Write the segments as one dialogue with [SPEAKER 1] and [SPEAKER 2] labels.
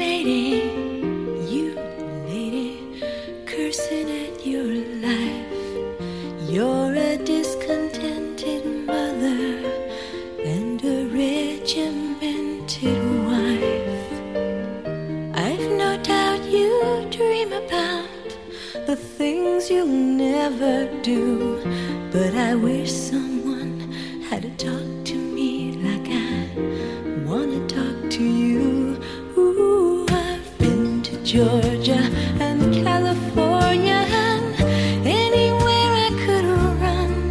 [SPEAKER 1] lady, you lady, cursing at your life. You're a discontented mother and a regimented wife. I've no doubt you dream about the things you'll never do, but I wish someone had a talk to me like I wanna talk to you. Ooh, I've been to Georgia and California and anywhere I could run.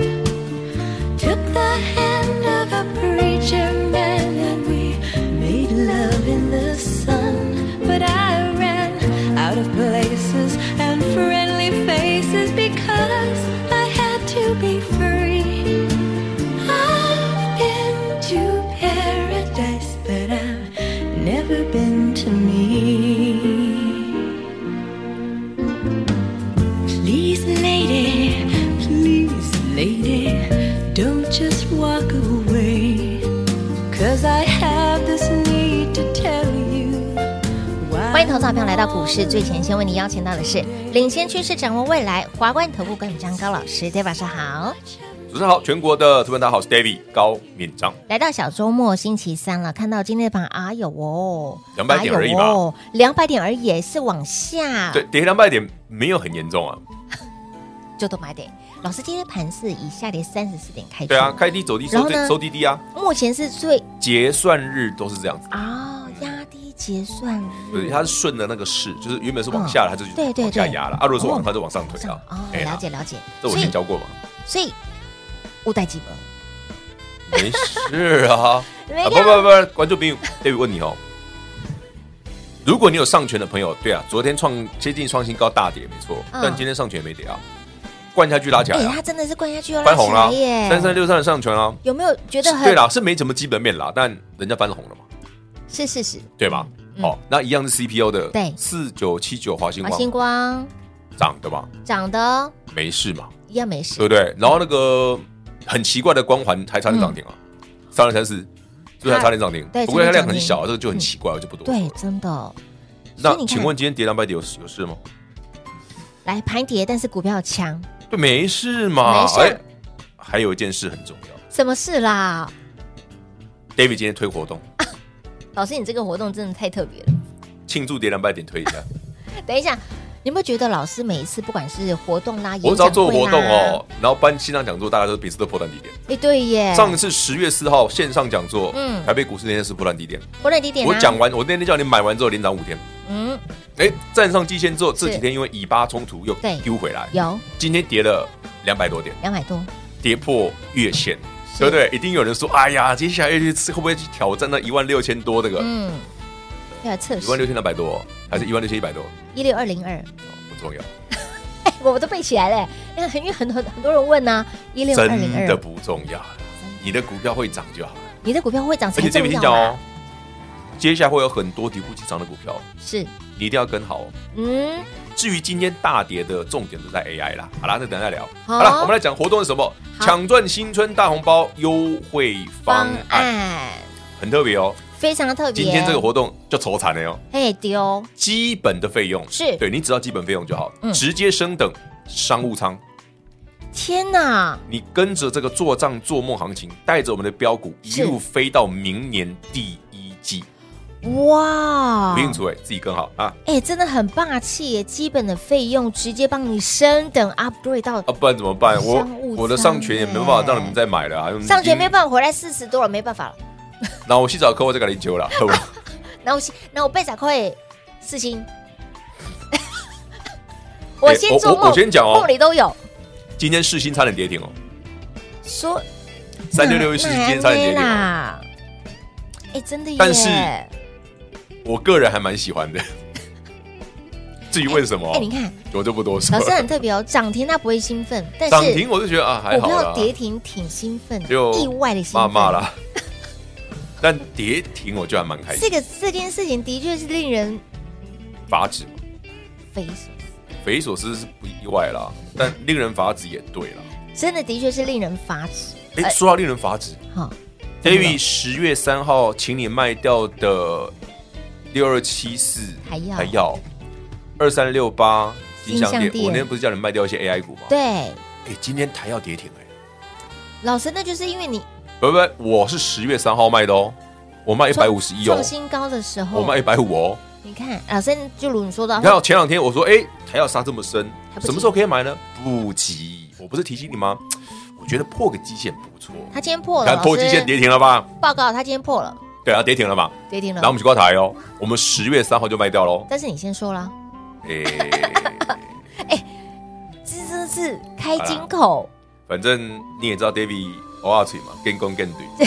[SPEAKER 1] Took the hand of a preacher man and we made love in the sun. But I ran out of places and friendly faces because I had to be free. I've been to paradise, but I've never been to me. Please, lady, please, lady, don't just walk away. Cause I have this need to tell you.
[SPEAKER 2] 欢迎投资好朋友来到股市最前线，为您邀请到的是领先趋势、掌握未来华冠投顾管理张高老师，大家晚上好。
[SPEAKER 3] 主持人好，全国的主播大家好，我是 David 高敏章。
[SPEAKER 2] 来到小周末星期三了，看到今天的盘，啊有哦，
[SPEAKER 3] 200点而已吧
[SPEAKER 2] 吧，两百点而已，是往下，
[SPEAKER 3] 对，，跌两百点没有很严重啊。
[SPEAKER 2] 就多买点。老师，今天盘是以下跌三十四点开出，
[SPEAKER 3] 对啊，开低走低
[SPEAKER 2] 然
[SPEAKER 3] 收
[SPEAKER 2] 后呢
[SPEAKER 3] 低收低低啊，
[SPEAKER 2] 目前是最
[SPEAKER 3] 结算日都是这样子。
[SPEAKER 2] 啊、压低结算
[SPEAKER 3] 对，
[SPEAKER 2] 日
[SPEAKER 3] 它是顺着那个势，就是原本是往下的，它就
[SPEAKER 2] 啊对对
[SPEAKER 3] 往下
[SPEAKER 2] 对
[SPEAKER 3] 压了啊。如果是
[SPEAKER 2] 哦
[SPEAKER 3] 往，它就往上推
[SPEAKER 2] 上
[SPEAKER 3] 了。
[SPEAKER 2] 哦，
[SPEAKER 3] 哎呀
[SPEAKER 2] 了解，了解，
[SPEAKER 3] 这我
[SPEAKER 2] 所
[SPEAKER 3] 以前
[SPEAKER 2] 以
[SPEAKER 3] 教过嘛，
[SPEAKER 2] 所以勿带几本，
[SPEAKER 3] 没事啊。
[SPEAKER 2] 没有
[SPEAKER 3] 啊不不不，观众朋友，David 问你哦，如果你有上权的朋友，对啊，昨天创接近创新高大跌没错，
[SPEAKER 2] 嗯
[SPEAKER 3] 但今天上权也没跌啊，灌下去拉起来
[SPEAKER 2] 哎，
[SPEAKER 3] 啊
[SPEAKER 2] 他，真的是灌下去又拉
[SPEAKER 3] 翻
[SPEAKER 2] 起
[SPEAKER 3] 红啦
[SPEAKER 2] 来，耶，
[SPEAKER 3] 三三六三的上权啊，
[SPEAKER 2] 有没有觉得
[SPEAKER 3] 是对
[SPEAKER 2] 很
[SPEAKER 3] 啦，是没什么基本面啦，但人家翻红了嘛，
[SPEAKER 2] 是事实？
[SPEAKER 3] 对吧？
[SPEAKER 2] 嗯
[SPEAKER 3] 哦，那一样是 CPU 的，
[SPEAKER 2] 对
[SPEAKER 3] 四九七九华星
[SPEAKER 2] 华
[SPEAKER 3] 光
[SPEAKER 2] 哦星光
[SPEAKER 3] 涨的嘛，
[SPEAKER 2] 涨的哦
[SPEAKER 3] 没事嘛，
[SPEAKER 2] 一样没事
[SPEAKER 3] 对不，对？然后那个很奇怪的光环还差点涨停啊，三二三四，是不是还差点涨停？
[SPEAKER 2] 嗯对
[SPEAKER 3] 不过它
[SPEAKER 2] 差点
[SPEAKER 3] 量
[SPEAKER 2] 涨
[SPEAKER 3] 很
[SPEAKER 2] 停嗯
[SPEAKER 3] 小，啊这个就很奇怪，我就不多说
[SPEAKER 2] 对，
[SPEAKER 3] 了。
[SPEAKER 2] 真的哦所
[SPEAKER 3] 那
[SPEAKER 2] 以你看
[SPEAKER 3] 请问今天跌两百点有有事吗？
[SPEAKER 2] 来盘跌，但是股票强，
[SPEAKER 3] 对，没事嘛哎
[SPEAKER 2] 没。事，
[SPEAKER 3] 还有一件事很重要
[SPEAKER 2] 什么事啦？
[SPEAKER 3] ，David 今天推活动，
[SPEAKER 2] 老师，你这个活动真的太特别了。
[SPEAKER 3] 庆祝跌两百点推一下。
[SPEAKER 2] 等一下，你有没有觉得老师每一次不管是活动啦，
[SPEAKER 3] 我只要做
[SPEAKER 2] 演
[SPEAKER 3] 活
[SPEAKER 2] 讲会
[SPEAKER 3] 动
[SPEAKER 2] 啦，
[SPEAKER 3] 哦，然后办线上讲座，大家都每次都破断底点。
[SPEAKER 2] 哎，对耶，
[SPEAKER 3] 上一次十月四号线上讲座，
[SPEAKER 2] 嗯
[SPEAKER 3] 嗯，台北股市那天是波段低点，
[SPEAKER 2] 活动地点啊
[SPEAKER 3] 我讲，完，我那天叫你买完之后连涨五天，
[SPEAKER 2] 嗯，
[SPEAKER 3] 哎，站上季线之后，
[SPEAKER 2] 是
[SPEAKER 3] 这几天因为以巴冲突又
[SPEAKER 2] 对
[SPEAKER 3] 丢回来，
[SPEAKER 2] 有
[SPEAKER 3] 今天跌了两百多点，
[SPEAKER 2] 两百多，
[SPEAKER 3] 跌破月线，对不对？一定有人说，哎呀，接下来月线会不会去挑战那一万六千多这个？
[SPEAKER 2] 嗯，要来测
[SPEAKER 3] 一万
[SPEAKER 2] 试
[SPEAKER 3] 六千两百多，还是一万六千一百多？
[SPEAKER 2] 一六二零二，
[SPEAKER 3] 不重要，
[SPEAKER 2] 哎，我我都背起来了， 因为很因为很很很多人问呐，一六二零
[SPEAKER 3] 真的
[SPEAKER 2] 二，
[SPEAKER 3] 不重要。你的股票会涨就好了，
[SPEAKER 2] 你的股票会涨
[SPEAKER 3] 而
[SPEAKER 2] 才
[SPEAKER 3] 且这
[SPEAKER 2] 重
[SPEAKER 3] 边先
[SPEAKER 2] 要啊
[SPEAKER 3] 讲哦
[SPEAKER 2] 嘛，，
[SPEAKER 3] 接下来会有很多底部起涨的股票，
[SPEAKER 2] 是，
[SPEAKER 3] 你一定要跟好哦。
[SPEAKER 2] 嗯，
[SPEAKER 3] 至于今天大跌的重点都在 AI 啦。好啦，那等一下聊。
[SPEAKER 2] 好
[SPEAKER 3] 好了，我们来讲活动是什么？
[SPEAKER 2] 好
[SPEAKER 3] 抢赚新春大红包优惠
[SPEAKER 2] 方
[SPEAKER 3] 方案，
[SPEAKER 2] 案
[SPEAKER 3] 很特别哦。
[SPEAKER 2] 非常特别，
[SPEAKER 3] 今天这个活动就愁惨了哟，
[SPEAKER 2] 哎丢，
[SPEAKER 3] 基本的费用
[SPEAKER 2] 是
[SPEAKER 3] 对你只要基本费用就好
[SPEAKER 2] 嗯，
[SPEAKER 3] 直接升等商务舱。
[SPEAKER 2] 天哪，
[SPEAKER 3] 你跟着这个做账做梦行情，带着我们的标股一
[SPEAKER 2] 是
[SPEAKER 3] 路飞到明年第一季，
[SPEAKER 2] 哇，哦
[SPEAKER 3] 不用出位，自己跟好啊
[SPEAKER 2] 哎、真的很霸气耶！基本的费用直接帮你升等 upgrade 到、
[SPEAKER 3] 啊！不然怎么办？我
[SPEAKER 2] 商务舱
[SPEAKER 3] 我的上权也没办法让你们再买了啊！
[SPEAKER 2] 上学没
[SPEAKER 3] 法，
[SPEAKER 2] 办法，回来四十多了，没办法了。
[SPEAKER 3] 那我洗澡课我再给你揪了，好不好？
[SPEAKER 2] 然后我先，然后我背仔会四 星，我先做梦，
[SPEAKER 3] 哎我我我先讲哦
[SPEAKER 2] 梦里都有
[SPEAKER 3] 今天世新差点跌停哦，
[SPEAKER 2] 说
[SPEAKER 3] 三六六一世新今天差点跌停哦。
[SPEAKER 2] 啦。哎、真的耶！
[SPEAKER 3] 但是我个人还蛮喜欢的，至于为什么哦
[SPEAKER 2] 哎，，你看，
[SPEAKER 3] 我就不多说
[SPEAKER 2] 老师
[SPEAKER 3] 了。
[SPEAKER 2] 很特别哦，涨停他不会兴奋，但
[SPEAKER 3] 涨
[SPEAKER 2] 是
[SPEAKER 3] 停我就觉得啊，还
[SPEAKER 2] 股
[SPEAKER 3] 好
[SPEAKER 2] 票
[SPEAKER 3] 啦，
[SPEAKER 2] 跌停挺兴奋，
[SPEAKER 3] 就
[SPEAKER 2] 意外的兴
[SPEAKER 3] 骂
[SPEAKER 2] 奋。
[SPEAKER 3] 骂啦。但跌停我就还蛮开
[SPEAKER 2] 这
[SPEAKER 3] 心，
[SPEAKER 2] 个这件事情的确是令人
[SPEAKER 3] 法指
[SPEAKER 2] 匪夷所思，
[SPEAKER 3] 匪夷所思是不意外啦，但令人发指也对啦。
[SPEAKER 2] 真的的确是令人发指。
[SPEAKER 3] 哎、说到令人发指
[SPEAKER 2] 哈，
[SPEAKER 3] ，David 十月三号请你卖掉的六二七四
[SPEAKER 2] 还要
[SPEAKER 3] 还要二三六八金
[SPEAKER 2] 金
[SPEAKER 3] 项
[SPEAKER 2] 项
[SPEAKER 3] 店，
[SPEAKER 2] 店
[SPEAKER 3] 我那天不是叫你卖掉一些 AI 股吗？
[SPEAKER 2] 对，
[SPEAKER 3] 哎、今天台要跌停哎、
[SPEAKER 2] 老师，那就是因为你
[SPEAKER 3] 不不，我是十月三号卖的哦，我卖一百五十一哦
[SPEAKER 2] 创，新高的时
[SPEAKER 3] 我
[SPEAKER 2] 候，
[SPEAKER 3] 卖一百五哦。
[SPEAKER 2] 你看，老师就如你说的
[SPEAKER 3] 你，看哦前两天我说，哎、台要杀这么深，
[SPEAKER 2] 还不急
[SPEAKER 3] 什么时候可以买呢？不急，我不是提醒你吗？我觉得破个基线不错，
[SPEAKER 2] 他今天破了，
[SPEAKER 3] 看
[SPEAKER 2] 老
[SPEAKER 3] 破
[SPEAKER 2] 师
[SPEAKER 3] 基线跌停了吧？
[SPEAKER 2] 报告，他今天破了，
[SPEAKER 3] 对啊，跌停了嘛。
[SPEAKER 2] 跌停了
[SPEAKER 3] 然后我。们去挂台哦，我们十月三号就卖掉哦喽。
[SPEAKER 2] 但是你先说啦，
[SPEAKER 3] 哎、
[SPEAKER 2] 这真的是开金口，
[SPEAKER 3] 反正你也知道，David 偶尔嘴嘛，更攻更对，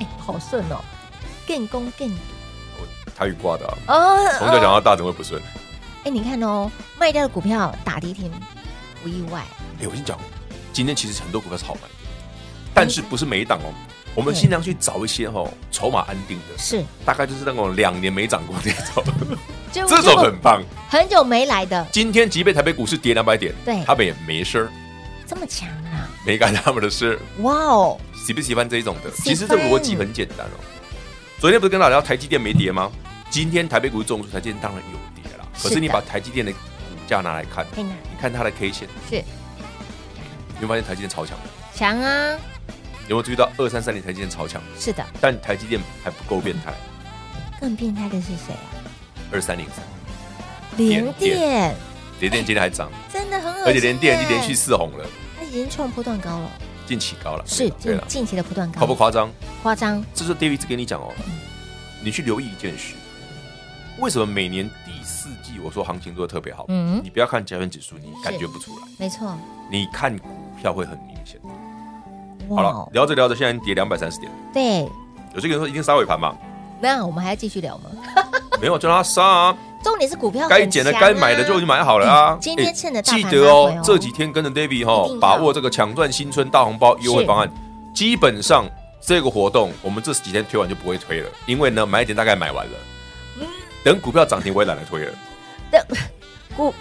[SPEAKER 2] 哎，好顺哦，更攻更底
[SPEAKER 3] 台语挂的、啊，
[SPEAKER 2] 哦。
[SPEAKER 3] 从小讲
[SPEAKER 2] 哦
[SPEAKER 3] 到大怎么会不顺？
[SPEAKER 2] 哎，你看哦，卖掉的股票打跌停不意外，
[SPEAKER 3] 哎、我跟你讲，今天其实很多股票是好买的，但是不是每一档哦。我们尽量去找一些哦，筹码安定的，
[SPEAKER 2] 是
[SPEAKER 3] 大概就是那种两年没涨过那种，
[SPEAKER 2] 就
[SPEAKER 3] 这种很棒。
[SPEAKER 2] 很久没来的，
[SPEAKER 3] 今天即便台北股市跌两百点，
[SPEAKER 2] 对
[SPEAKER 3] 他们也没事儿，
[SPEAKER 2] 这么强啊！
[SPEAKER 3] 没干他们的事。
[SPEAKER 2] 哇哦，
[SPEAKER 3] 喜不喜欢这一种的？
[SPEAKER 2] 喜欢
[SPEAKER 3] 其实这个逻辑很简单哦。昨天不是跟大家聊台积电没跌吗？今天台北股市重挫，台积电当然有跌啦。
[SPEAKER 2] 是的
[SPEAKER 3] 可是你把台积电的股价拿来看，
[SPEAKER 2] 嘿娜
[SPEAKER 3] 你看它的 K 线，
[SPEAKER 2] 是
[SPEAKER 3] 你会发现台积电超强。
[SPEAKER 2] 强啊，
[SPEAKER 3] 有没有注意到二三三零台积电超强？
[SPEAKER 2] 是的，
[SPEAKER 3] 但台积电还不够变态，
[SPEAKER 2] 更变态的是谁啊？
[SPEAKER 3] 二三零三
[SPEAKER 2] 哎联电，
[SPEAKER 3] 联电今天还涨，
[SPEAKER 2] 真的很恶心耶，欸
[SPEAKER 3] 而且联电已经连续四红了，
[SPEAKER 2] 它已经创波段高了，
[SPEAKER 3] 近期高了，
[SPEAKER 2] 是
[SPEAKER 3] 对
[SPEAKER 2] 近
[SPEAKER 3] 了，
[SPEAKER 2] 近期的波段高，
[SPEAKER 3] 夸不夸张？
[SPEAKER 2] 夸张？
[SPEAKER 3] 这是 David 一直跟你讲哦，你去留意一件事，为什么每年第四季我说行情做的特别好？
[SPEAKER 2] 嗯
[SPEAKER 3] 你不要看加权指数，你感觉不出来，
[SPEAKER 2] 没错，
[SPEAKER 3] 你看股票会很明显。好
[SPEAKER 2] 哇
[SPEAKER 3] 了
[SPEAKER 2] 哦，，
[SPEAKER 3] 聊着聊着，现在跌两百三十点，
[SPEAKER 2] 对，
[SPEAKER 3] 有些人说一定杀尾盘嘛，
[SPEAKER 2] 那我们还要继续聊吗？
[SPEAKER 3] 没有叫他杀啊，
[SPEAKER 2] 重点是股票
[SPEAKER 3] 该减的、该买的就已经
[SPEAKER 2] 买，
[SPEAKER 3] 买好了啊
[SPEAKER 2] 啊嗯。今天
[SPEAKER 3] 哎
[SPEAKER 2] 趁着大盘
[SPEAKER 3] 记得
[SPEAKER 2] 拉回
[SPEAKER 3] 哦
[SPEAKER 2] 哦，
[SPEAKER 3] 这几天跟着 David 哈、
[SPEAKER 2] 一定要
[SPEAKER 3] 把握这个抢赚新春大红包优惠方案，基本上这个活动我们这几天推完就不会推了，因为呢买点大概买完了，
[SPEAKER 2] 嗯
[SPEAKER 3] 等股票涨停我也懒得推了。
[SPEAKER 2] 但股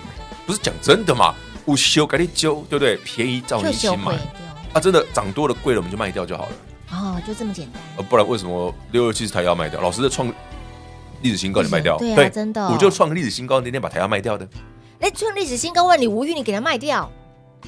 [SPEAKER 3] 不是讲真的嘛？午休赶紧揪，对不对？便宜照你
[SPEAKER 2] 就
[SPEAKER 3] 心
[SPEAKER 2] 修毁
[SPEAKER 3] 买
[SPEAKER 2] 掉，
[SPEAKER 3] 啊！真的涨多了贵了，我们就卖掉就好了，
[SPEAKER 2] 哦，就这么简单，
[SPEAKER 3] 呃，不然为什么六六七十台要卖掉？老师的创历史新高，你卖掉？
[SPEAKER 2] 对啊真的哦
[SPEAKER 3] 我就创历史新高，那天把台要卖掉的，
[SPEAKER 2] 那创历史新高，万里无玉，你给它卖掉，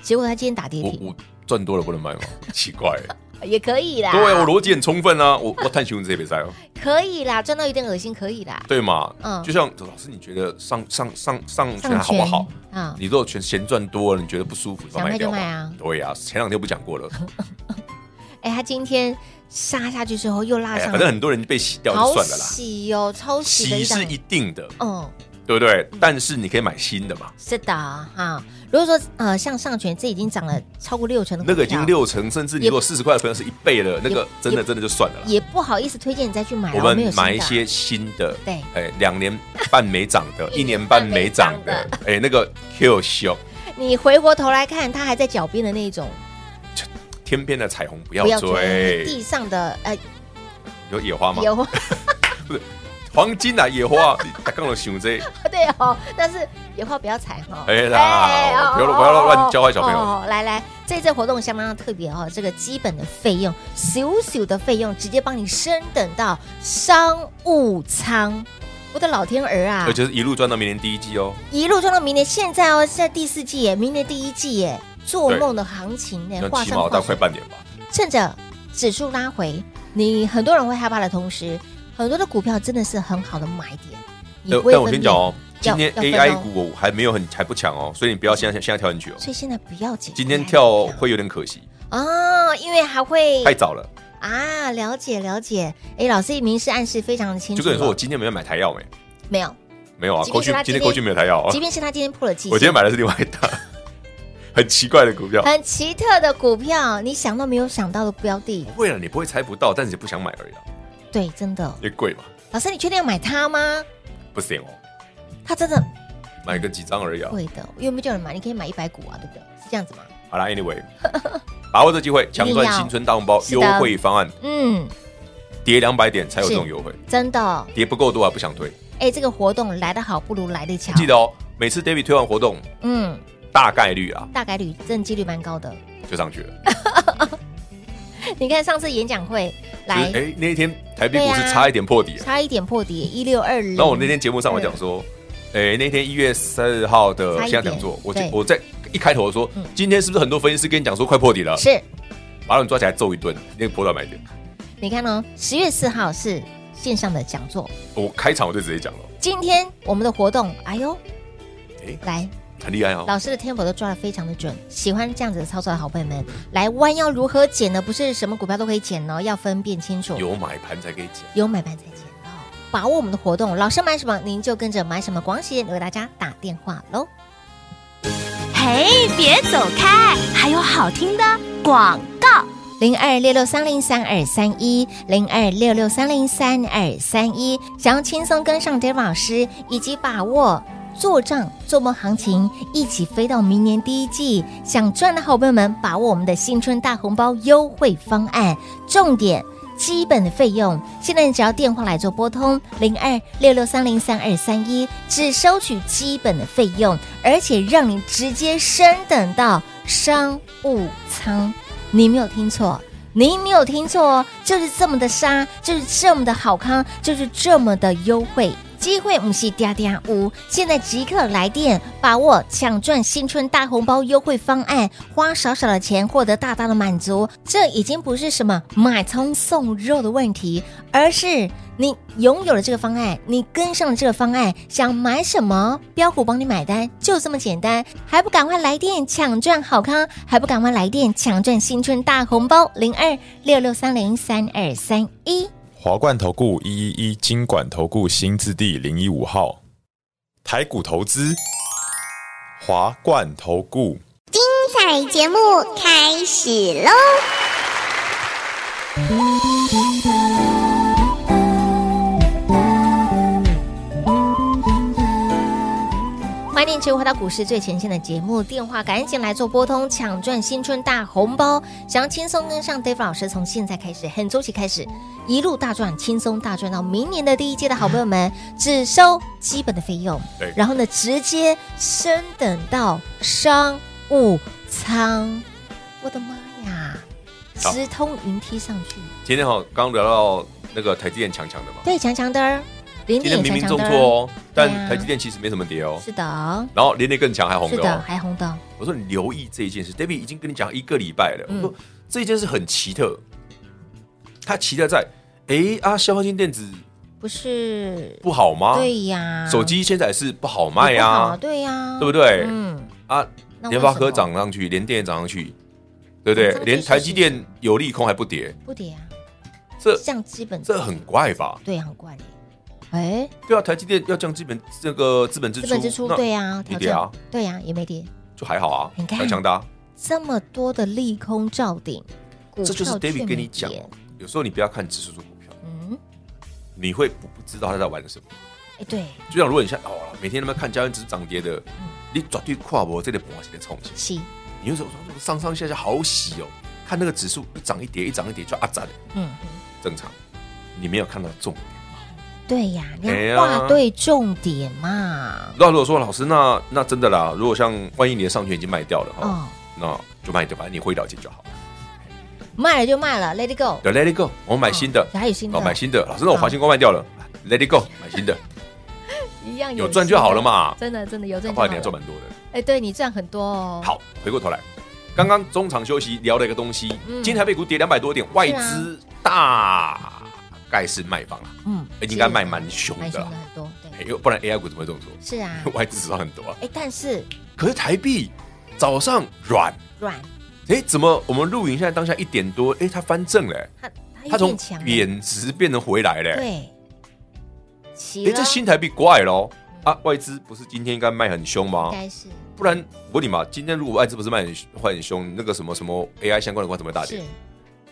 [SPEAKER 2] 结果它今天打跌
[SPEAKER 3] 我
[SPEAKER 2] 停，
[SPEAKER 3] 我赚多了不 能卖吗？奇怪、
[SPEAKER 2] 也可以啦，
[SPEAKER 3] 哦对啊，我逻辑很充分啊，我我探寻这些比赛 哦，
[SPEAKER 2] 可以啦，赚到有点恶心，可以啦，
[SPEAKER 3] 对嘛？
[SPEAKER 2] 嗯
[SPEAKER 3] 就像老师，你觉得上上上上权好不好？
[SPEAKER 2] 啊？
[SPEAKER 3] 你如果全嫌赚多了，你觉得不舒服，
[SPEAKER 2] 想卖就
[SPEAKER 3] 嘛
[SPEAKER 2] 卖啊
[SPEAKER 3] 对呀、前两天不讲过 了，
[SPEAKER 2] 哎，他今天杀下去之后又拉
[SPEAKER 3] 哎呀，
[SPEAKER 2] 上，
[SPEAKER 3] 反正很多人被洗掉就
[SPEAKER 2] 好
[SPEAKER 3] 算了啦。
[SPEAKER 2] 洗哦，超洗的
[SPEAKER 3] 洗
[SPEAKER 2] 一档
[SPEAKER 3] 是，一定的，
[SPEAKER 2] 嗯，
[SPEAKER 3] 对不对？但是你可以买新的嘛，
[SPEAKER 2] 是的哈。如果说呃，像上权这已经涨了超过六成的股
[SPEAKER 3] 那
[SPEAKER 2] 票，
[SPEAKER 3] 个已经六成，甚至
[SPEAKER 2] 嗯
[SPEAKER 3] 你
[SPEAKER 2] 也
[SPEAKER 3] 如果四十块的朋友是一倍了，那
[SPEAKER 2] 也
[SPEAKER 3] 个真的真的就算了啦。
[SPEAKER 2] 也不好意思推荐你再去买啦，
[SPEAKER 3] 我
[SPEAKER 2] 没有新
[SPEAKER 3] 们
[SPEAKER 2] 的啊
[SPEAKER 3] 买一些新的，
[SPEAKER 2] 对
[SPEAKER 3] 哎，两年半没涨 的，一年半没涨的，哎，那个 Q 秀
[SPEAKER 2] 你回过头来看，它还在脚边的那一种，
[SPEAKER 3] 天边的彩虹不要
[SPEAKER 2] 不要追
[SPEAKER 3] 追，
[SPEAKER 2] 地上的呃
[SPEAKER 3] 有野花吗？
[SPEAKER 2] 有，
[SPEAKER 3] 黄金啊，野花，你大刚都想这，
[SPEAKER 2] 对哦，但是野花不要踩哈。
[SPEAKER 3] 哎
[SPEAKER 2] 哎
[SPEAKER 3] 啦，
[SPEAKER 2] 哦
[SPEAKER 3] 不要不要乱教坏小朋友。
[SPEAKER 2] 哦，来来，这次活动相当特别哦，这个基本的费用，小小的费用，直接帮你升等到商务舱。我的老天儿啊
[SPEAKER 3] 而！且是一路赚到明年第一季哦，
[SPEAKER 2] 一路赚到明年，现在哦，现在第四季耶，明年第一季耶，做梦的行情呢，
[SPEAKER 3] 那
[SPEAKER 2] 哎画
[SPEAKER 3] 起
[SPEAKER 2] 上
[SPEAKER 3] 码
[SPEAKER 2] 画
[SPEAKER 3] 到
[SPEAKER 2] 上
[SPEAKER 3] 快半年吧。
[SPEAKER 2] 趁着指数拉回，你很多人会害怕的同时，很多的股票真的是很好的买点。你
[SPEAKER 3] 但
[SPEAKER 2] 不会
[SPEAKER 3] 但我
[SPEAKER 2] 分辨
[SPEAKER 3] 先讲哦，今
[SPEAKER 2] 要
[SPEAKER 3] 天
[SPEAKER 2] 要分
[SPEAKER 3] AI
[SPEAKER 2] 哦
[SPEAKER 3] 股我还没有很还不强哦，所以你不要现在现在跳进去哦。
[SPEAKER 2] 所以现在不要紧。
[SPEAKER 3] 今天跳
[SPEAKER 2] 哎
[SPEAKER 3] 会有点可惜，
[SPEAKER 2] 哦，因为还会
[SPEAKER 3] 太早了。
[SPEAKER 2] 啊，了解了解。哎，老师明示暗示非常的清楚
[SPEAKER 3] 就
[SPEAKER 2] 了，
[SPEAKER 3] 跟你说，我今天没有买台药没？哎
[SPEAKER 2] 没有，
[SPEAKER 3] 没有啊，
[SPEAKER 2] 即
[SPEAKER 3] 过
[SPEAKER 2] 便
[SPEAKER 3] 去
[SPEAKER 2] 是他今
[SPEAKER 3] 今天
[SPEAKER 2] 天
[SPEAKER 3] 过去没有台药啊
[SPEAKER 2] 即。便是他今天破了季线，
[SPEAKER 3] 我今天买的是另外一档， 很奇怪的股票。
[SPEAKER 2] 很奇特的股票，你想都没有想到的标的，
[SPEAKER 3] 不会了，你不会猜不到，但是你不想买而已啊，
[SPEAKER 2] 对，真的。
[SPEAKER 3] 因为贵嘛，
[SPEAKER 2] 老师，你确定要买它吗？
[SPEAKER 3] 不行哦。
[SPEAKER 2] 它真的
[SPEAKER 3] 买个几张而已啊。
[SPEAKER 2] 会的，因为没有人买，你可以买一百股啊，对不对？是这样子吗？
[SPEAKER 3] 好啦 a n y w a y 把握这机会，抢赚新春大红包
[SPEAKER 2] 是
[SPEAKER 3] 优
[SPEAKER 2] 的
[SPEAKER 3] 惠方案，
[SPEAKER 2] 嗯，
[SPEAKER 3] 跌两百点才有这种
[SPEAKER 2] 是
[SPEAKER 3] 优惠，
[SPEAKER 2] 真的，
[SPEAKER 3] 跌不够多啊还不想推。
[SPEAKER 2] 哎，这个活动来得好不如来得巧，
[SPEAKER 3] 记得哦，每次 David 推完活动，
[SPEAKER 2] 嗯，
[SPEAKER 3] 大概率啊
[SPEAKER 2] 大概率，真的几率蛮高的。
[SPEAKER 3] 就上去了。
[SPEAKER 2] 你看上次演讲会来
[SPEAKER 3] 就是，哎，那一天台北股市
[SPEAKER 2] 对啊
[SPEAKER 3] 差一点破底啊，
[SPEAKER 2] 差一点破底，一六二零。
[SPEAKER 3] 那我那天节目上我讲说，哎、那天一月三号的
[SPEAKER 2] 差一点
[SPEAKER 3] 现在讲座，我
[SPEAKER 2] 对
[SPEAKER 3] 我在一开头我说、
[SPEAKER 2] 嗯
[SPEAKER 3] 今天是不是很多分析师跟你讲说快破底了，
[SPEAKER 2] 是，
[SPEAKER 3] 把你抓起来揍一顿，那个波段买点，
[SPEAKER 2] 你看哦，十月四号是线上的讲座，
[SPEAKER 3] 我开场我就直接讲了，
[SPEAKER 2] 今天我们的活动，哎呦
[SPEAKER 3] 哎，
[SPEAKER 2] 来，
[SPEAKER 3] 很厉害哦。
[SPEAKER 2] 老师的天赋都抓得非常的准，喜欢这样子的操作的好朋友们，来弯腰如何捡呢？不是什么股票都可以捡哦，要分辨清楚，
[SPEAKER 3] 有买盘才可以讲，
[SPEAKER 2] 有买盘才捡到。把握我们的活动，老师买什么您就跟着买什么，广喜为大家打电话喽。
[SPEAKER 1] 嘿，别走开，还有好听的广告。
[SPEAKER 2] 零二六六三零三二三一，零二六六三零三二三一。想要轻松跟上 David 老师，以及把握做账、做梦行情，一起飞到明年第一季，想赚的好朋友们，把握我们的新春大红包优惠方案，重点。基本的费用，现在你只要电话来做拨通零二六六三零三二三一，只收取基本的费用，而且让你直接升等到商务舱。你没有听错，你没有听错哦，就是这么的杀，就是这么的好康，就是这么的优惠。机会不是嗲嗲屋，现在即刻来电，把握抢赚新春大红包优惠方案，花少少的钱获得大大的满足。这已经不是什么买葱送肉的问题，而是你拥有了这个方案，你跟上了这个方案，想买什么，标股帮你买单，就这么简单。还不赶快来电抢赚好康，还不赶快来电抢赚新春大红包零二六六三零三二三一。
[SPEAKER 4] 华冠投顾一一一金管投顾新字第零一五号，台股投资，华冠投顾。
[SPEAKER 5] 彩节目开始喽！
[SPEAKER 2] 欢迎持续回到股市最前线的节目，电话赶紧来做拨通，抢赚新春大红包！想要轻松跟上 Dave 老师，从现在开始，很周期开始，一路大赚，轻松大赚到明年的第一届的好朋友们，只收基本的费用
[SPEAKER 3] 对，
[SPEAKER 2] 然后呢，直接升等到商务舱！我的妈呀，
[SPEAKER 3] 好
[SPEAKER 2] 直通云梯上去，
[SPEAKER 3] 今天哈刚聊到那个台积电强强的嘛，
[SPEAKER 2] 对，强强的儿，零
[SPEAKER 3] 今
[SPEAKER 2] 点
[SPEAKER 3] 天明
[SPEAKER 2] 强
[SPEAKER 3] 明
[SPEAKER 2] 强
[SPEAKER 3] 重
[SPEAKER 2] 的
[SPEAKER 3] 挫
[SPEAKER 2] 儿，
[SPEAKER 3] 哦，但
[SPEAKER 2] 对啊
[SPEAKER 3] 台积电其实没什么跌哦，
[SPEAKER 2] 是的，
[SPEAKER 3] 然后连跌更强还红
[SPEAKER 2] 是
[SPEAKER 3] 的
[SPEAKER 2] 的，
[SPEAKER 3] 哦。
[SPEAKER 2] 还红的，
[SPEAKER 3] 我说你留意这一件事，David 已经跟你讲一个礼拜了。
[SPEAKER 2] 嗯
[SPEAKER 3] 我说这一件事很奇特，它奇特在，哎啊，消费性电子
[SPEAKER 2] 不是？
[SPEAKER 3] 不好吗？
[SPEAKER 2] 对呀，
[SPEAKER 3] 啊手机现在也是不好卖呀、
[SPEAKER 2] 也不好对呀、
[SPEAKER 3] 对不对？
[SPEAKER 2] 嗯，
[SPEAKER 3] 啊，
[SPEAKER 2] 那为
[SPEAKER 3] 联发
[SPEAKER 2] 什
[SPEAKER 3] 科
[SPEAKER 2] 么
[SPEAKER 3] 涨上去，联电也涨上去，对不对
[SPEAKER 2] 这么？
[SPEAKER 3] 连
[SPEAKER 2] 就是
[SPEAKER 3] 台积电有利空还不跌，
[SPEAKER 2] 不跌啊，
[SPEAKER 3] 这
[SPEAKER 2] 像基本
[SPEAKER 3] 这很怪吧？
[SPEAKER 2] 对，很怪哎、哎，
[SPEAKER 3] 对啊，台积电要降基本这个资本支出，
[SPEAKER 2] 资本支出
[SPEAKER 3] 那
[SPEAKER 2] 对呀、啊，
[SPEAKER 3] 没
[SPEAKER 2] 调
[SPEAKER 3] 跌啊
[SPEAKER 2] 整对呀、也没跌，
[SPEAKER 3] 就还好啊
[SPEAKER 2] 你，看
[SPEAKER 3] 强强的啊、
[SPEAKER 2] 这么多的利空照顶，股票
[SPEAKER 3] 这就是
[SPEAKER 2] 却
[SPEAKER 3] David
[SPEAKER 2] 没
[SPEAKER 3] 跟你讲哦
[SPEAKER 2] 跌，
[SPEAKER 3] 有时候你不要看指数做股票，
[SPEAKER 2] 嗯，
[SPEAKER 3] 你会不不知道他在玩什么。
[SPEAKER 2] 哎、对，
[SPEAKER 3] 就像如果你像哦，每天他妈看交易指数涨跌的，
[SPEAKER 2] 嗯
[SPEAKER 3] 你绝对跨博这个盘是在冲击，
[SPEAKER 2] 是，
[SPEAKER 3] 你就说说上上下下好喜哦，看那个指数一涨一跌，一涨一跌就啊涨，
[SPEAKER 2] 嗯，
[SPEAKER 3] 正常。你没有看到重点。
[SPEAKER 2] 对呀、你
[SPEAKER 3] 哎
[SPEAKER 2] 要
[SPEAKER 3] 呀
[SPEAKER 2] 画对重点嘛，
[SPEAKER 3] 那如果说老师，那那真的啦，如果像万一你的上权已经卖掉了哈、
[SPEAKER 2] 哦，
[SPEAKER 3] 那就卖掉，反正你会了解就好。
[SPEAKER 2] 卖了就卖了，Let it go，
[SPEAKER 3] 对，Let it go，我买新的，
[SPEAKER 2] 还有新的，
[SPEAKER 3] 哦，买新的。老师，那我华星光卖掉了、l e t it go，买新的，
[SPEAKER 2] 一样
[SPEAKER 3] 有赚就好了嘛
[SPEAKER 2] 真的真的有赚就好
[SPEAKER 3] 花一点赚
[SPEAKER 2] 了，
[SPEAKER 3] 蛮多的。
[SPEAKER 2] 哎、对你赚很多哦，，
[SPEAKER 3] 好，回过头来，刚刚中场休息聊了一个东西，
[SPEAKER 2] 嗯啊
[SPEAKER 3] 今天台北股跌两百多点，外资大概是卖方啦，
[SPEAKER 2] 嗯，
[SPEAKER 3] 应该卖蛮凶
[SPEAKER 2] 蛮
[SPEAKER 3] 的
[SPEAKER 2] 凶
[SPEAKER 3] 啦
[SPEAKER 2] 的，很多，对，
[SPEAKER 3] 嘿因为不然 AI 股怎么会这么做？
[SPEAKER 2] 是啊，
[SPEAKER 3] 外资知道很多啊，
[SPEAKER 2] 哎、但是
[SPEAKER 3] 可是台币早上软，
[SPEAKER 2] 软，
[SPEAKER 3] 哎，怎么我们录影现在当下一点多，哎，它翻正嘞，
[SPEAKER 2] 它它
[SPEAKER 3] 它
[SPEAKER 2] 有
[SPEAKER 3] 从
[SPEAKER 2] 点强，
[SPEAKER 3] 贬值变成回来嘞，
[SPEAKER 2] 对，齐
[SPEAKER 3] 哎，
[SPEAKER 2] 了，
[SPEAKER 3] 这新台币怪咯。啊，外资不是今天应该卖很凶吗
[SPEAKER 2] 应？该是
[SPEAKER 3] 不然我问你嘛，今天如果外资不是卖很卖很凶，那个什么什么 AI 相关的股怎么会大跌
[SPEAKER 2] 是？
[SPEAKER 3] 啊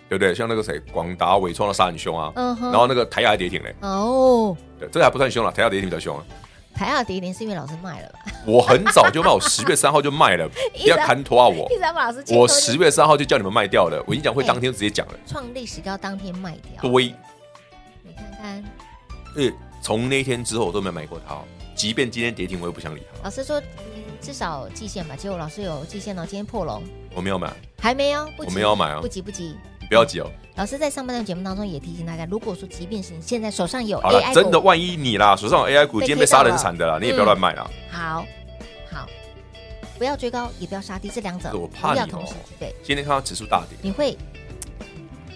[SPEAKER 3] 对不对？像那个谁，广达、伟创都杀很凶啊，
[SPEAKER 2] 嗯哼
[SPEAKER 3] 然后那个台亚还跌停嘞，
[SPEAKER 2] 哦，
[SPEAKER 3] 对，这个还不算凶了，台亚跌停比较凶啊。
[SPEAKER 2] 排到第一名是因为老师卖了吧？
[SPEAKER 3] 我很早就卖，我十月三号就卖了，不要看拖啊 我
[SPEAKER 2] 一。直在把老师切割
[SPEAKER 3] 我十月三号就叫你们卖掉了，我演讲会
[SPEAKER 2] 哎
[SPEAKER 3] 当天直接讲了。
[SPEAKER 2] 创历史高当天卖掉，
[SPEAKER 3] 对，
[SPEAKER 2] 你看看
[SPEAKER 3] 呃，从那天之后我都没买过它哦，即便今天跌停，我也不想理它。
[SPEAKER 2] 老师说、嗯、至少季线吧，结果老师有季线哦，今天破龙
[SPEAKER 3] 我没有买，
[SPEAKER 2] 还没哦，不急
[SPEAKER 3] 我们要买哦
[SPEAKER 2] 不急不急。
[SPEAKER 3] 不要急哦。
[SPEAKER 2] 老师在上半段节目当中也提醒大家，如果说即便是你现在手上有
[SPEAKER 3] 好了
[SPEAKER 2] AI，，
[SPEAKER 3] 真的，
[SPEAKER 2] 股
[SPEAKER 3] 万一你啦手上有 AI 股今天被杀人惨的啦，
[SPEAKER 2] 被
[SPEAKER 3] 你
[SPEAKER 2] K 到了嗯
[SPEAKER 3] 也不要乱卖啦。
[SPEAKER 2] 好好，不要追高，也不要杀低，这两者
[SPEAKER 3] 我怕
[SPEAKER 2] 不要
[SPEAKER 3] 你
[SPEAKER 2] 同
[SPEAKER 3] 哦
[SPEAKER 2] 时具备，
[SPEAKER 3] 今天看到指数大跌，
[SPEAKER 2] 你会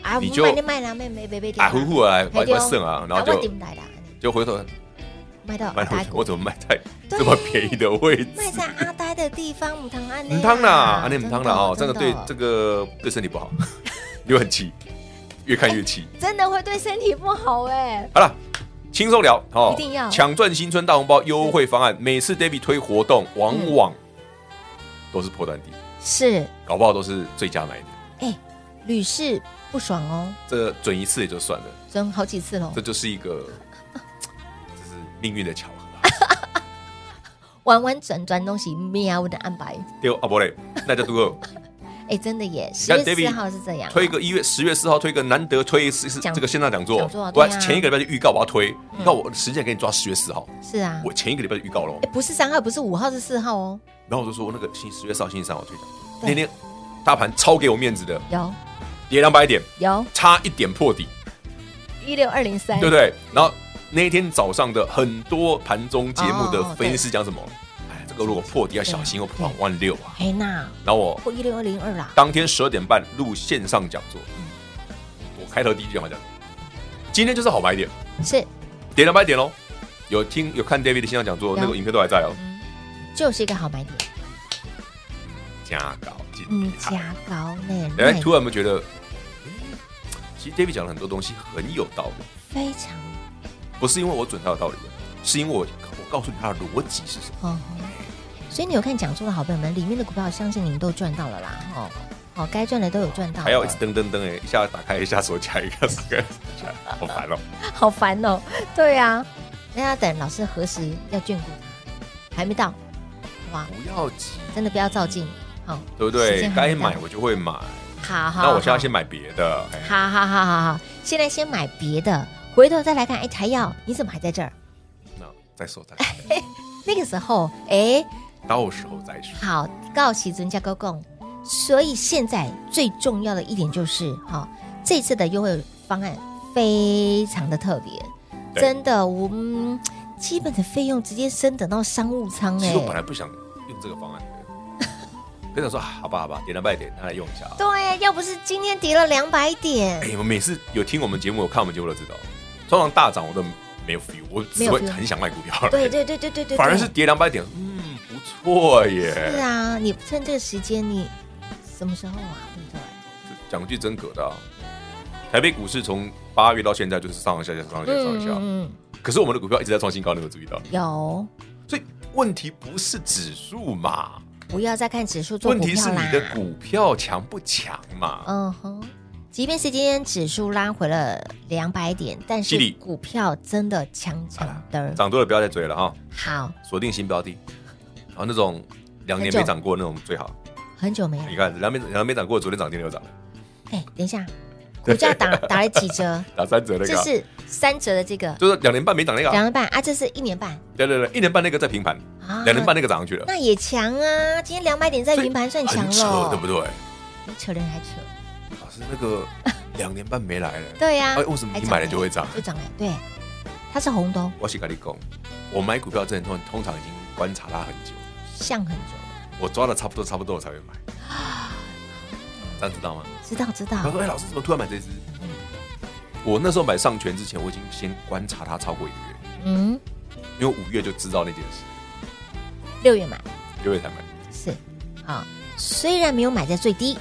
[SPEAKER 2] 啊，
[SPEAKER 3] 你
[SPEAKER 2] 我
[SPEAKER 3] 就
[SPEAKER 2] 卖你卖啦，妹妹妹妹
[SPEAKER 3] 啊呼呼来
[SPEAKER 2] 嘿
[SPEAKER 3] 我
[SPEAKER 2] 对
[SPEAKER 3] 我
[SPEAKER 2] 哦
[SPEAKER 3] 剩啊，然后
[SPEAKER 2] 我
[SPEAKER 3] 就
[SPEAKER 2] 点来啦，
[SPEAKER 3] 就回头
[SPEAKER 2] 卖到
[SPEAKER 3] 卖
[SPEAKER 2] 阿呆
[SPEAKER 3] 了，我
[SPEAKER 2] 股，
[SPEAKER 3] 怎么卖在
[SPEAKER 2] 对
[SPEAKER 3] 这么便宜的位置？
[SPEAKER 2] 卖在阿呆的地方，母汤啊安内啊，
[SPEAKER 3] 唔汤啦，啊那唔汤啦哦，这
[SPEAKER 2] 真
[SPEAKER 3] 个
[SPEAKER 2] 的啊
[SPEAKER 3] 对这个对身体不好， 你会很气，越看越气。
[SPEAKER 2] 真的会对身体不好哎，
[SPEAKER 3] 好了，轻松聊哦，
[SPEAKER 2] 一定要
[SPEAKER 3] 抢赚新春大红包优惠方案，每次 David 推活动，往往
[SPEAKER 2] 嗯
[SPEAKER 3] 都是破断底，
[SPEAKER 2] 是
[SPEAKER 3] 搞不好都是最佳买的。
[SPEAKER 2] 哎，屡试不爽哦，
[SPEAKER 3] 这准一次也就算了，
[SPEAKER 2] 真好几次喽
[SPEAKER 3] 这，就是一个，这是命运的巧合 啊。
[SPEAKER 2] 完完整整东西喵的安排，
[SPEAKER 3] 丢啊不嘞，那就多
[SPEAKER 2] 哎，真的耶，十
[SPEAKER 3] 看
[SPEAKER 2] 月四
[SPEAKER 3] David
[SPEAKER 2] 号是这样啊，
[SPEAKER 3] 推个一月十月四号推个难得推一次是
[SPEAKER 2] 讲
[SPEAKER 3] 这个线上讲座
[SPEAKER 2] 讲座啊，
[SPEAKER 3] 我
[SPEAKER 2] 对啊嗯
[SPEAKER 3] 前一个礼拜就预告我要推，那我时间给你抓十月四号，
[SPEAKER 2] 是啊，
[SPEAKER 3] 我前一个礼拜就预告了哦，
[SPEAKER 2] 哎，不是三号，不是五号，是四号哦，
[SPEAKER 3] 然后我就说那个星期十月四号星期三我推讲座，
[SPEAKER 2] 对
[SPEAKER 3] 那天大盘超给我面子的，
[SPEAKER 2] 有
[SPEAKER 3] 跌两百点，
[SPEAKER 2] 有
[SPEAKER 3] 差一点破底，
[SPEAKER 2] 一六二零三，
[SPEAKER 3] 对不对？然后那一天早上的很多盘中节目的
[SPEAKER 2] 哦
[SPEAKER 3] 分析师讲什么？哎，这个如果破底要小心，又破到万六啊。
[SPEAKER 2] 哎那
[SPEAKER 3] 然后我
[SPEAKER 2] 破一六二零二啦，
[SPEAKER 3] 当天十二点半录线上讲座，
[SPEAKER 2] 嗯
[SPEAKER 3] 我开头第一句讲话讲，今天就是好买点，
[SPEAKER 2] 是
[SPEAKER 3] 跌两百点喽。有听有看 David 的线上讲
[SPEAKER 2] 有
[SPEAKER 3] 座，
[SPEAKER 2] 嗯
[SPEAKER 3] 那个影片都还在哦。
[SPEAKER 2] 就是一个好买点，
[SPEAKER 3] 加高进
[SPEAKER 2] 嗯，
[SPEAKER 3] 厉害
[SPEAKER 2] 加高内
[SPEAKER 3] 哎，
[SPEAKER 2] 内
[SPEAKER 3] 突然有没有觉得，嗯其实 David 讲了很多东西很有道理，
[SPEAKER 2] 非常
[SPEAKER 3] 不是因为我准他有道理，是因为我我告诉你他的逻辑是什么。
[SPEAKER 2] 哦。所以你有看讲座的好朋友们，里面的股票，相信你们都赚到了啦，哦，哦，该赚的都有赚到了，
[SPEAKER 3] 还要一直噔噔噔哎，一下打开一下手加一下手 加一下， 好烦哦。
[SPEAKER 2] 好烦哦。 对啊，那要等老师何时要眷顾他，还没到，哇，
[SPEAKER 3] 不要急，
[SPEAKER 2] 真的不要照镜，好、
[SPEAKER 3] 对不
[SPEAKER 2] 时
[SPEAKER 3] 对
[SPEAKER 2] 间？还没
[SPEAKER 3] 该
[SPEAKER 2] 到
[SPEAKER 3] 买我就会买，
[SPEAKER 2] 好好，
[SPEAKER 3] 那我现在
[SPEAKER 2] 好
[SPEAKER 3] 先买别的。哎
[SPEAKER 2] 好好好好好，现在先买别的，回头再来看。哎，台药，你怎么还在这儿？
[SPEAKER 3] 那再说再说，
[SPEAKER 2] 那个时候，哎，
[SPEAKER 3] 到时候再说。
[SPEAKER 2] 好，告喜尊家高共。所以现在最重要的一点就是，哈、这次的优惠方案非常的特别，
[SPEAKER 3] 对
[SPEAKER 2] 真的，我们基本的费用直接升等到商务舱
[SPEAKER 3] 其
[SPEAKER 2] 哎、
[SPEAKER 3] 实我本来不想用这个方案 的，跟他说啊好吧好吧，点两百点，拿来用一下啊。
[SPEAKER 2] 对，要不是今天跌了两百点
[SPEAKER 3] 哎，，你们每次有听我们节目、有看我们节目都知道，通常大涨我都没有 feel，我
[SPEAKER 2] 没
[SPEAKER 3] 只
[SPEAKER 2] 有
[SPEAKER 3] 会
[SPEAKER 2] feel
[SPEAKER 3] 很想卖股票。
[SPEAKER 2] 对，对对对对对，
[SPEAKER 3] 反而是跌两百点，嗯，不错
[SPEAKER 2] 对是
[SPEAKER 3] 耶。
[SPEAKER 2] 啊，你趁这个时间，你什么时候啊？对不对？
[SPEAKER 3] 讲句真格的啊，台北股市从八月到现在就是上上下下、上上下下、上上下下。
[SPEAKER 2] 嗯，
[SPEAKER 3] 可是我们的股票一直在创新高，你有没有注意到？
[SPEAKER 2] 有，
[SPEAKER 3] 所以问题不是指数嘛，
[SPEAKER 2] 不要再看指数做
[SPEAKER 3] 问
[SPEAKER 2] 股
[SPEAKER 3] 题是
[SPEAKER 2] 票啊
[SPEAKER 3] 你
[SPEAKER 2] 啦。
[SPEAKER 3] 的股票强不强嘛？
[SPEAKER 2] 嗯哼，即便是今天指数拉回了两百点，但
[SPEAKER 3] 犀
[SPEAKER 2] 是
[SPEAKER 3] 利
[SPEAKER 2] 股票真的强强的。
[SPEAKER 3] 涨多了不要再追了哈，
[SPEAKER 2] 好，
[SPEAKER 3] 锁定新标的，然后那种两年没涨过那种最好。
[SPEAKER 2] 很久没有
[SPEAKER 3] 你。看两年两年没涨过，昨天涨，今天又涨了，
[SPEAKER 2] 哎，等一下，股价打打了几 折？
[SPEAKER 3] 打三折那
[SPEAKER 2] 这
[SPEAKER 3] 个啊，
[SPEAKER 2] 是三折的这个
[SPEAKER 3] 就是两年半没涨那个啊，
[SPEAKER 2] 两年半啊，这是一年半
[SPEAKER 3] 对对对，一年半那个在平盘，
[SPEAKER 2] 啊，
[SPEAKER 3] 两年半那个涨上去了，
[SPEAKER 2] 那也强啊。今天两百点在
[SPEAKER 3] 所以
[SPEAKER 2] 平盘算强
[SPEAKER 3] 很扯
[SPEAKER 2] 了，哦
[SPEAKER 3] 对不对？
[SPEAKER 2] 比扯人还扯。
[SPEAKER 3] 老师 那个两年半没来了，
[SPEAKER 2] 对呀、
[SPEAKER 3] 哎为什么
[SPEAKER 2] 还
[SPEAKER 3] 你
[SPEAKER 2] 涨
[SPEAKER 3] 买
[SPEAKER 2] 哎
[SPEAKER 3] 了就会涨
[SPEAKER 2] 就涨了，对，它是红的哦，
[SPEAKER 3] 我是跟你讲，我买股票之前通通常已经观察它很久，
[SPEAKER 2] 像很久了，
[SPEAKER 3] 我抓的差不多差不多我才会 买，这样知道吗？
[SPEAKER 2] 知道知
[SPEAKER 3] 他
[SPEAKER 2] 道
[SPEAKER 3] 说：“哎、老师怎么突然买这只？”
[SPEAKER 2] 嗯
[SPEAKER 3] 我那时候买上权之前，我已经先观察它超过一个月，
[SPEAKER 2] 嗯，
[SPEAKER 3] 因为五月就知道那件事，
[SPEAKER 2] 六月买
[SPEAKER 3] 六月才买。
[SPEAKER 2] 是好，虽然没有买在最低，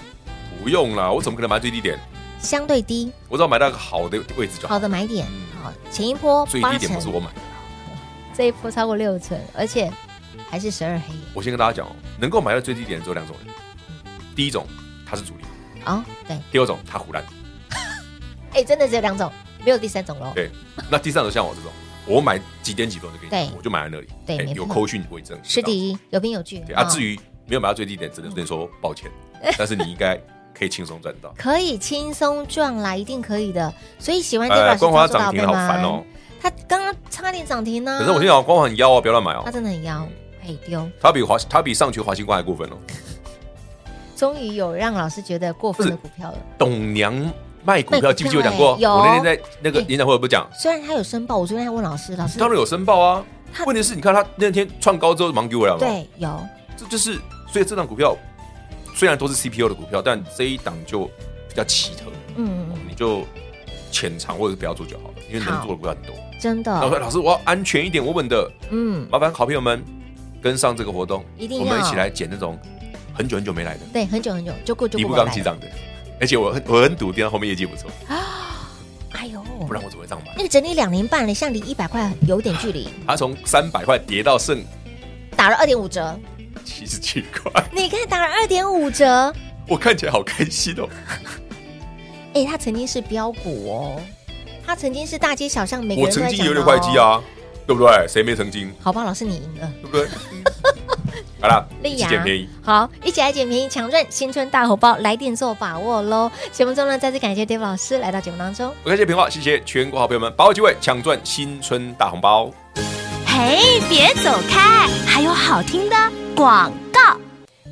[SPEAKER 3] 不用啦，我怎么可能买最低点？
[SPEAKER 2] 相对低，
[SPEAKER 3] 我只要买到一个好的位置就好。
[SPEAKER 2] 好的买点
[SPEAKER 3] 嗯，
[SPEAKER 2] 好，前一波
[SPEAKER 3] 最
[SPEAKER 2] 八
[SPEAKER 3] 低点不是我
[SPEAKER 2] 成，
[SPEAKER 3] 买的。
[SPEAKER 2] 这一波超过六成，而且还是十二黑
[SPEAKER 3] 我先跟大家讲哦，能够买到最低点只有两种人，第一种他是主力，
[SPEAKER 2] 哦，对，
[SPEAKER 3] 第二种他胡乱。
[SPEAKER 2] 哎，真的只有两种，没有第三种喽，
[SPEAKER 3] 对，那第三种像我这种，我买几点几分我就给你
[SPEAKER 2] 对
[SPEAKER 3] 讲，我就买在那里。
[SPEAKER 2] 对
[SPEAKER 3] 哎
[SPEAKER 2] 没
[SPEAKER 3] 有
[SPEAKER 2] 错
[SPEAKER 3] 扣讯为证。
[SPEAKER 2] 是
[SPEAKER 3] 知道。
[SPEAKER 2] 的，有凭有据
[SPEAKER 3] 对啊，
[SPEAKER 2] 哦。
[SPEAKER 3] 至于没有买到最低点，只能只能说抱歉，但是你应该可以轻松赚到
[SPEAKER 2] 可以轻松赚啦，一定可以的。所以喜欢这
[SPEAKER 3] 哎
[SPEAKER 2] 老师
[SPEAKER 3] 光华
[SPEAKER 2] 操作的
[SPEAKER 3] 涨停
[SPEAKER 2] 宝贝
[SPEAKER 3] 好烦
[SPEAKER 2] 们
[SPEAKER 3] 哦，
[SPEAKER 2] 它刚刚差点涨停呢。
[SPEAKER 3] 可是我听到光华很妖哦，不要乱买
[SPEAKER 2] 它
[SPEAKER 3] 哦，
[SPEAKER 2] 真的很妖，哎丢！
[SPEAKER 3] 它比华它比上去华星光还过分哦，
[SPEAKER 2] 终于有让老师觉得过分的股票了。
[SPEAKER 3] 董娘。卖股
[SPEAKER 2] 卖股票
[SPEAKER 3] 票记不记得我讲过？
[SPEAKER 2] 哎嗯有
[SPEAKER 3] 我那天在那个演讲会不是讲，
[SPEAKER 2] 虽然它有申报，我昨天还问老师，老师
[SPEAKER 3] 当然有申报啊
[SPEAKER 2] 它。
[SPEAKER 3] 问题是，你看它那天创高之后忙给我了嘛？
[SPEAKER 2] 对有
[SPEAKER 3] 这就是，所以这档股票虽然都是 CPU 的股票，但这一档就比较奇特，
[SPEAKER 2] 嗯嗯
[SPEAKER 3] 哦你就浅尝或者是不要做就好了，因为能做的股票很多。
[SPEAKER 2] 嗯真
[SPEAKER 3] 那我说
[SPEAKER 2] 的
[SPEAKER 3] 老师，我要安全一点，稳稳的，
[SPEAKER 2] 嗯
[SPEAKER 3] 麻烦好朋友们跟上这个活动，
[SPEAKER 2] 一定要
[SPEAKER 3] 我们一起来捡那种很久很久没来的，
[SPEAKER 2] 对很久很久就过就
[SPEAKER 3] 底
[SPEAKER 2] 过
[SPEAKER 3] 部
[SPEAKER 2] 不来
[SPEAKER 3] 刚起
[SPEAKER 2] 了
[SPEAKER 3] 涨的，而且我很我很笃定它后面业绩不错，
[SPEAKER 2] 哎呦，
[SPEAKER 3] 不然我怎么会这样买？
[SPEAKER 2] 那个整理两年半了，像离一百块有点距离，
[SPEAKER 3] 它从三百块跌到剩
[SPEAKER 2] 打了二点五折。
[SPEAKER 3] 七十七块，
[SPEAKER 2] 你看打了二点五折，
[SPEAKER 3] 我看起来好开心哦。
[SPEAKER 2] 哎，它曾经是标股哦，它曾经是大街小巷每个
[SPEAKER 3] 我
[SPEAKER 2] 人都在
[SPEAKER 3] 曾经
[SPEAKER 2] 讲
[SPEAKER 3] 有
[SPEAKER 2] 的
[SPEAKER 3] 点会计
[SPEAKER 2] 哦。
[SPEAKER 3] 啊，对不对？谁没曾经？
[SPEAKER 2] 好吧，老师你赢了，
[SPEAKER 3] 对 不对？好啦，
[SPEAKER 2] 丽
[SPEAKER 3] 一起
[SPEAKER 2] 雅
[SPEAKER 3] 捡便宜。
[SPEAKER 2] 好，一起来捡便宜抢赚新春大红包，来电做把握喽！节目中呢，再次感谢 Dave 老师来到节目当中。
[SPEAKER 3] 我感谢平话，谢谢全国好朋友们，把握机会抢赚新春大红包。
[SPEAKER 6] 嘿，别走开，还有好听的广告。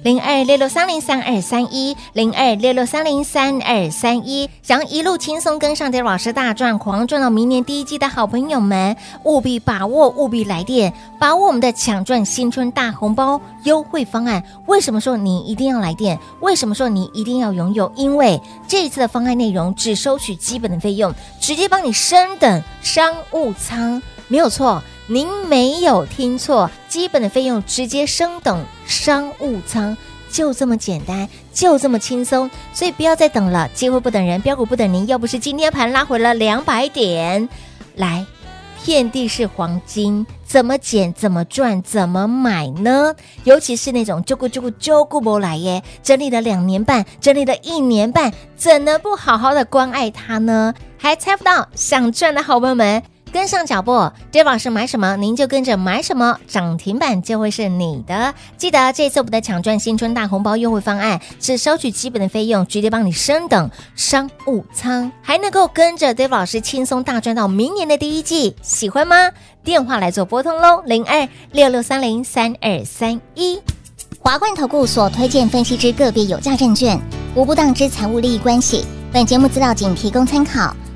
[SPEAKER 2] 零二六六三零三二三一，零二六六三零三二三一，想要一路轻松跟上 d a 老师大赚狂赚到明年第一季的好朋友们，务必把握，务必来电，把握我们的抢赚新春大红包优惠方案。为什么说你一定要来电？为什么说你一定要拥有？因为这一次的方案内容只收取基本的费用，直接帮你升等商务舱，没有错。您没有听错，基本的费用直接升等商务舱，就这么简单，就这么轻松，所以不要再等了，机会不等人，标股不等您。要不是今天盘拉回了两百点，来，遍地是黄金，怎么捡、怎么赚、怎么买呢？尤其是那种就顾就顾就顾不来耶，整理了两年半，整理了一年半，怎能不好好的关爱它呢？还猜不到想赚的好朋友们，跟上脚步，对老师买什么，您就跟着买什么，涨停板就会是你的。记得这次我们的抢赚新春大红包优惠方案，只收取基本的费用，直接帮你升等商务舱，还能够跟着 Dave 老师轻松大赚到明年的第一季，喜欢吗？电话来做拨通喽，零二六六三零三二三一。
[SPEAKER 5] 华冠投顾所推荐分析之个别有价证券，无不当之财务利益关系。本节目资料仅提供参考，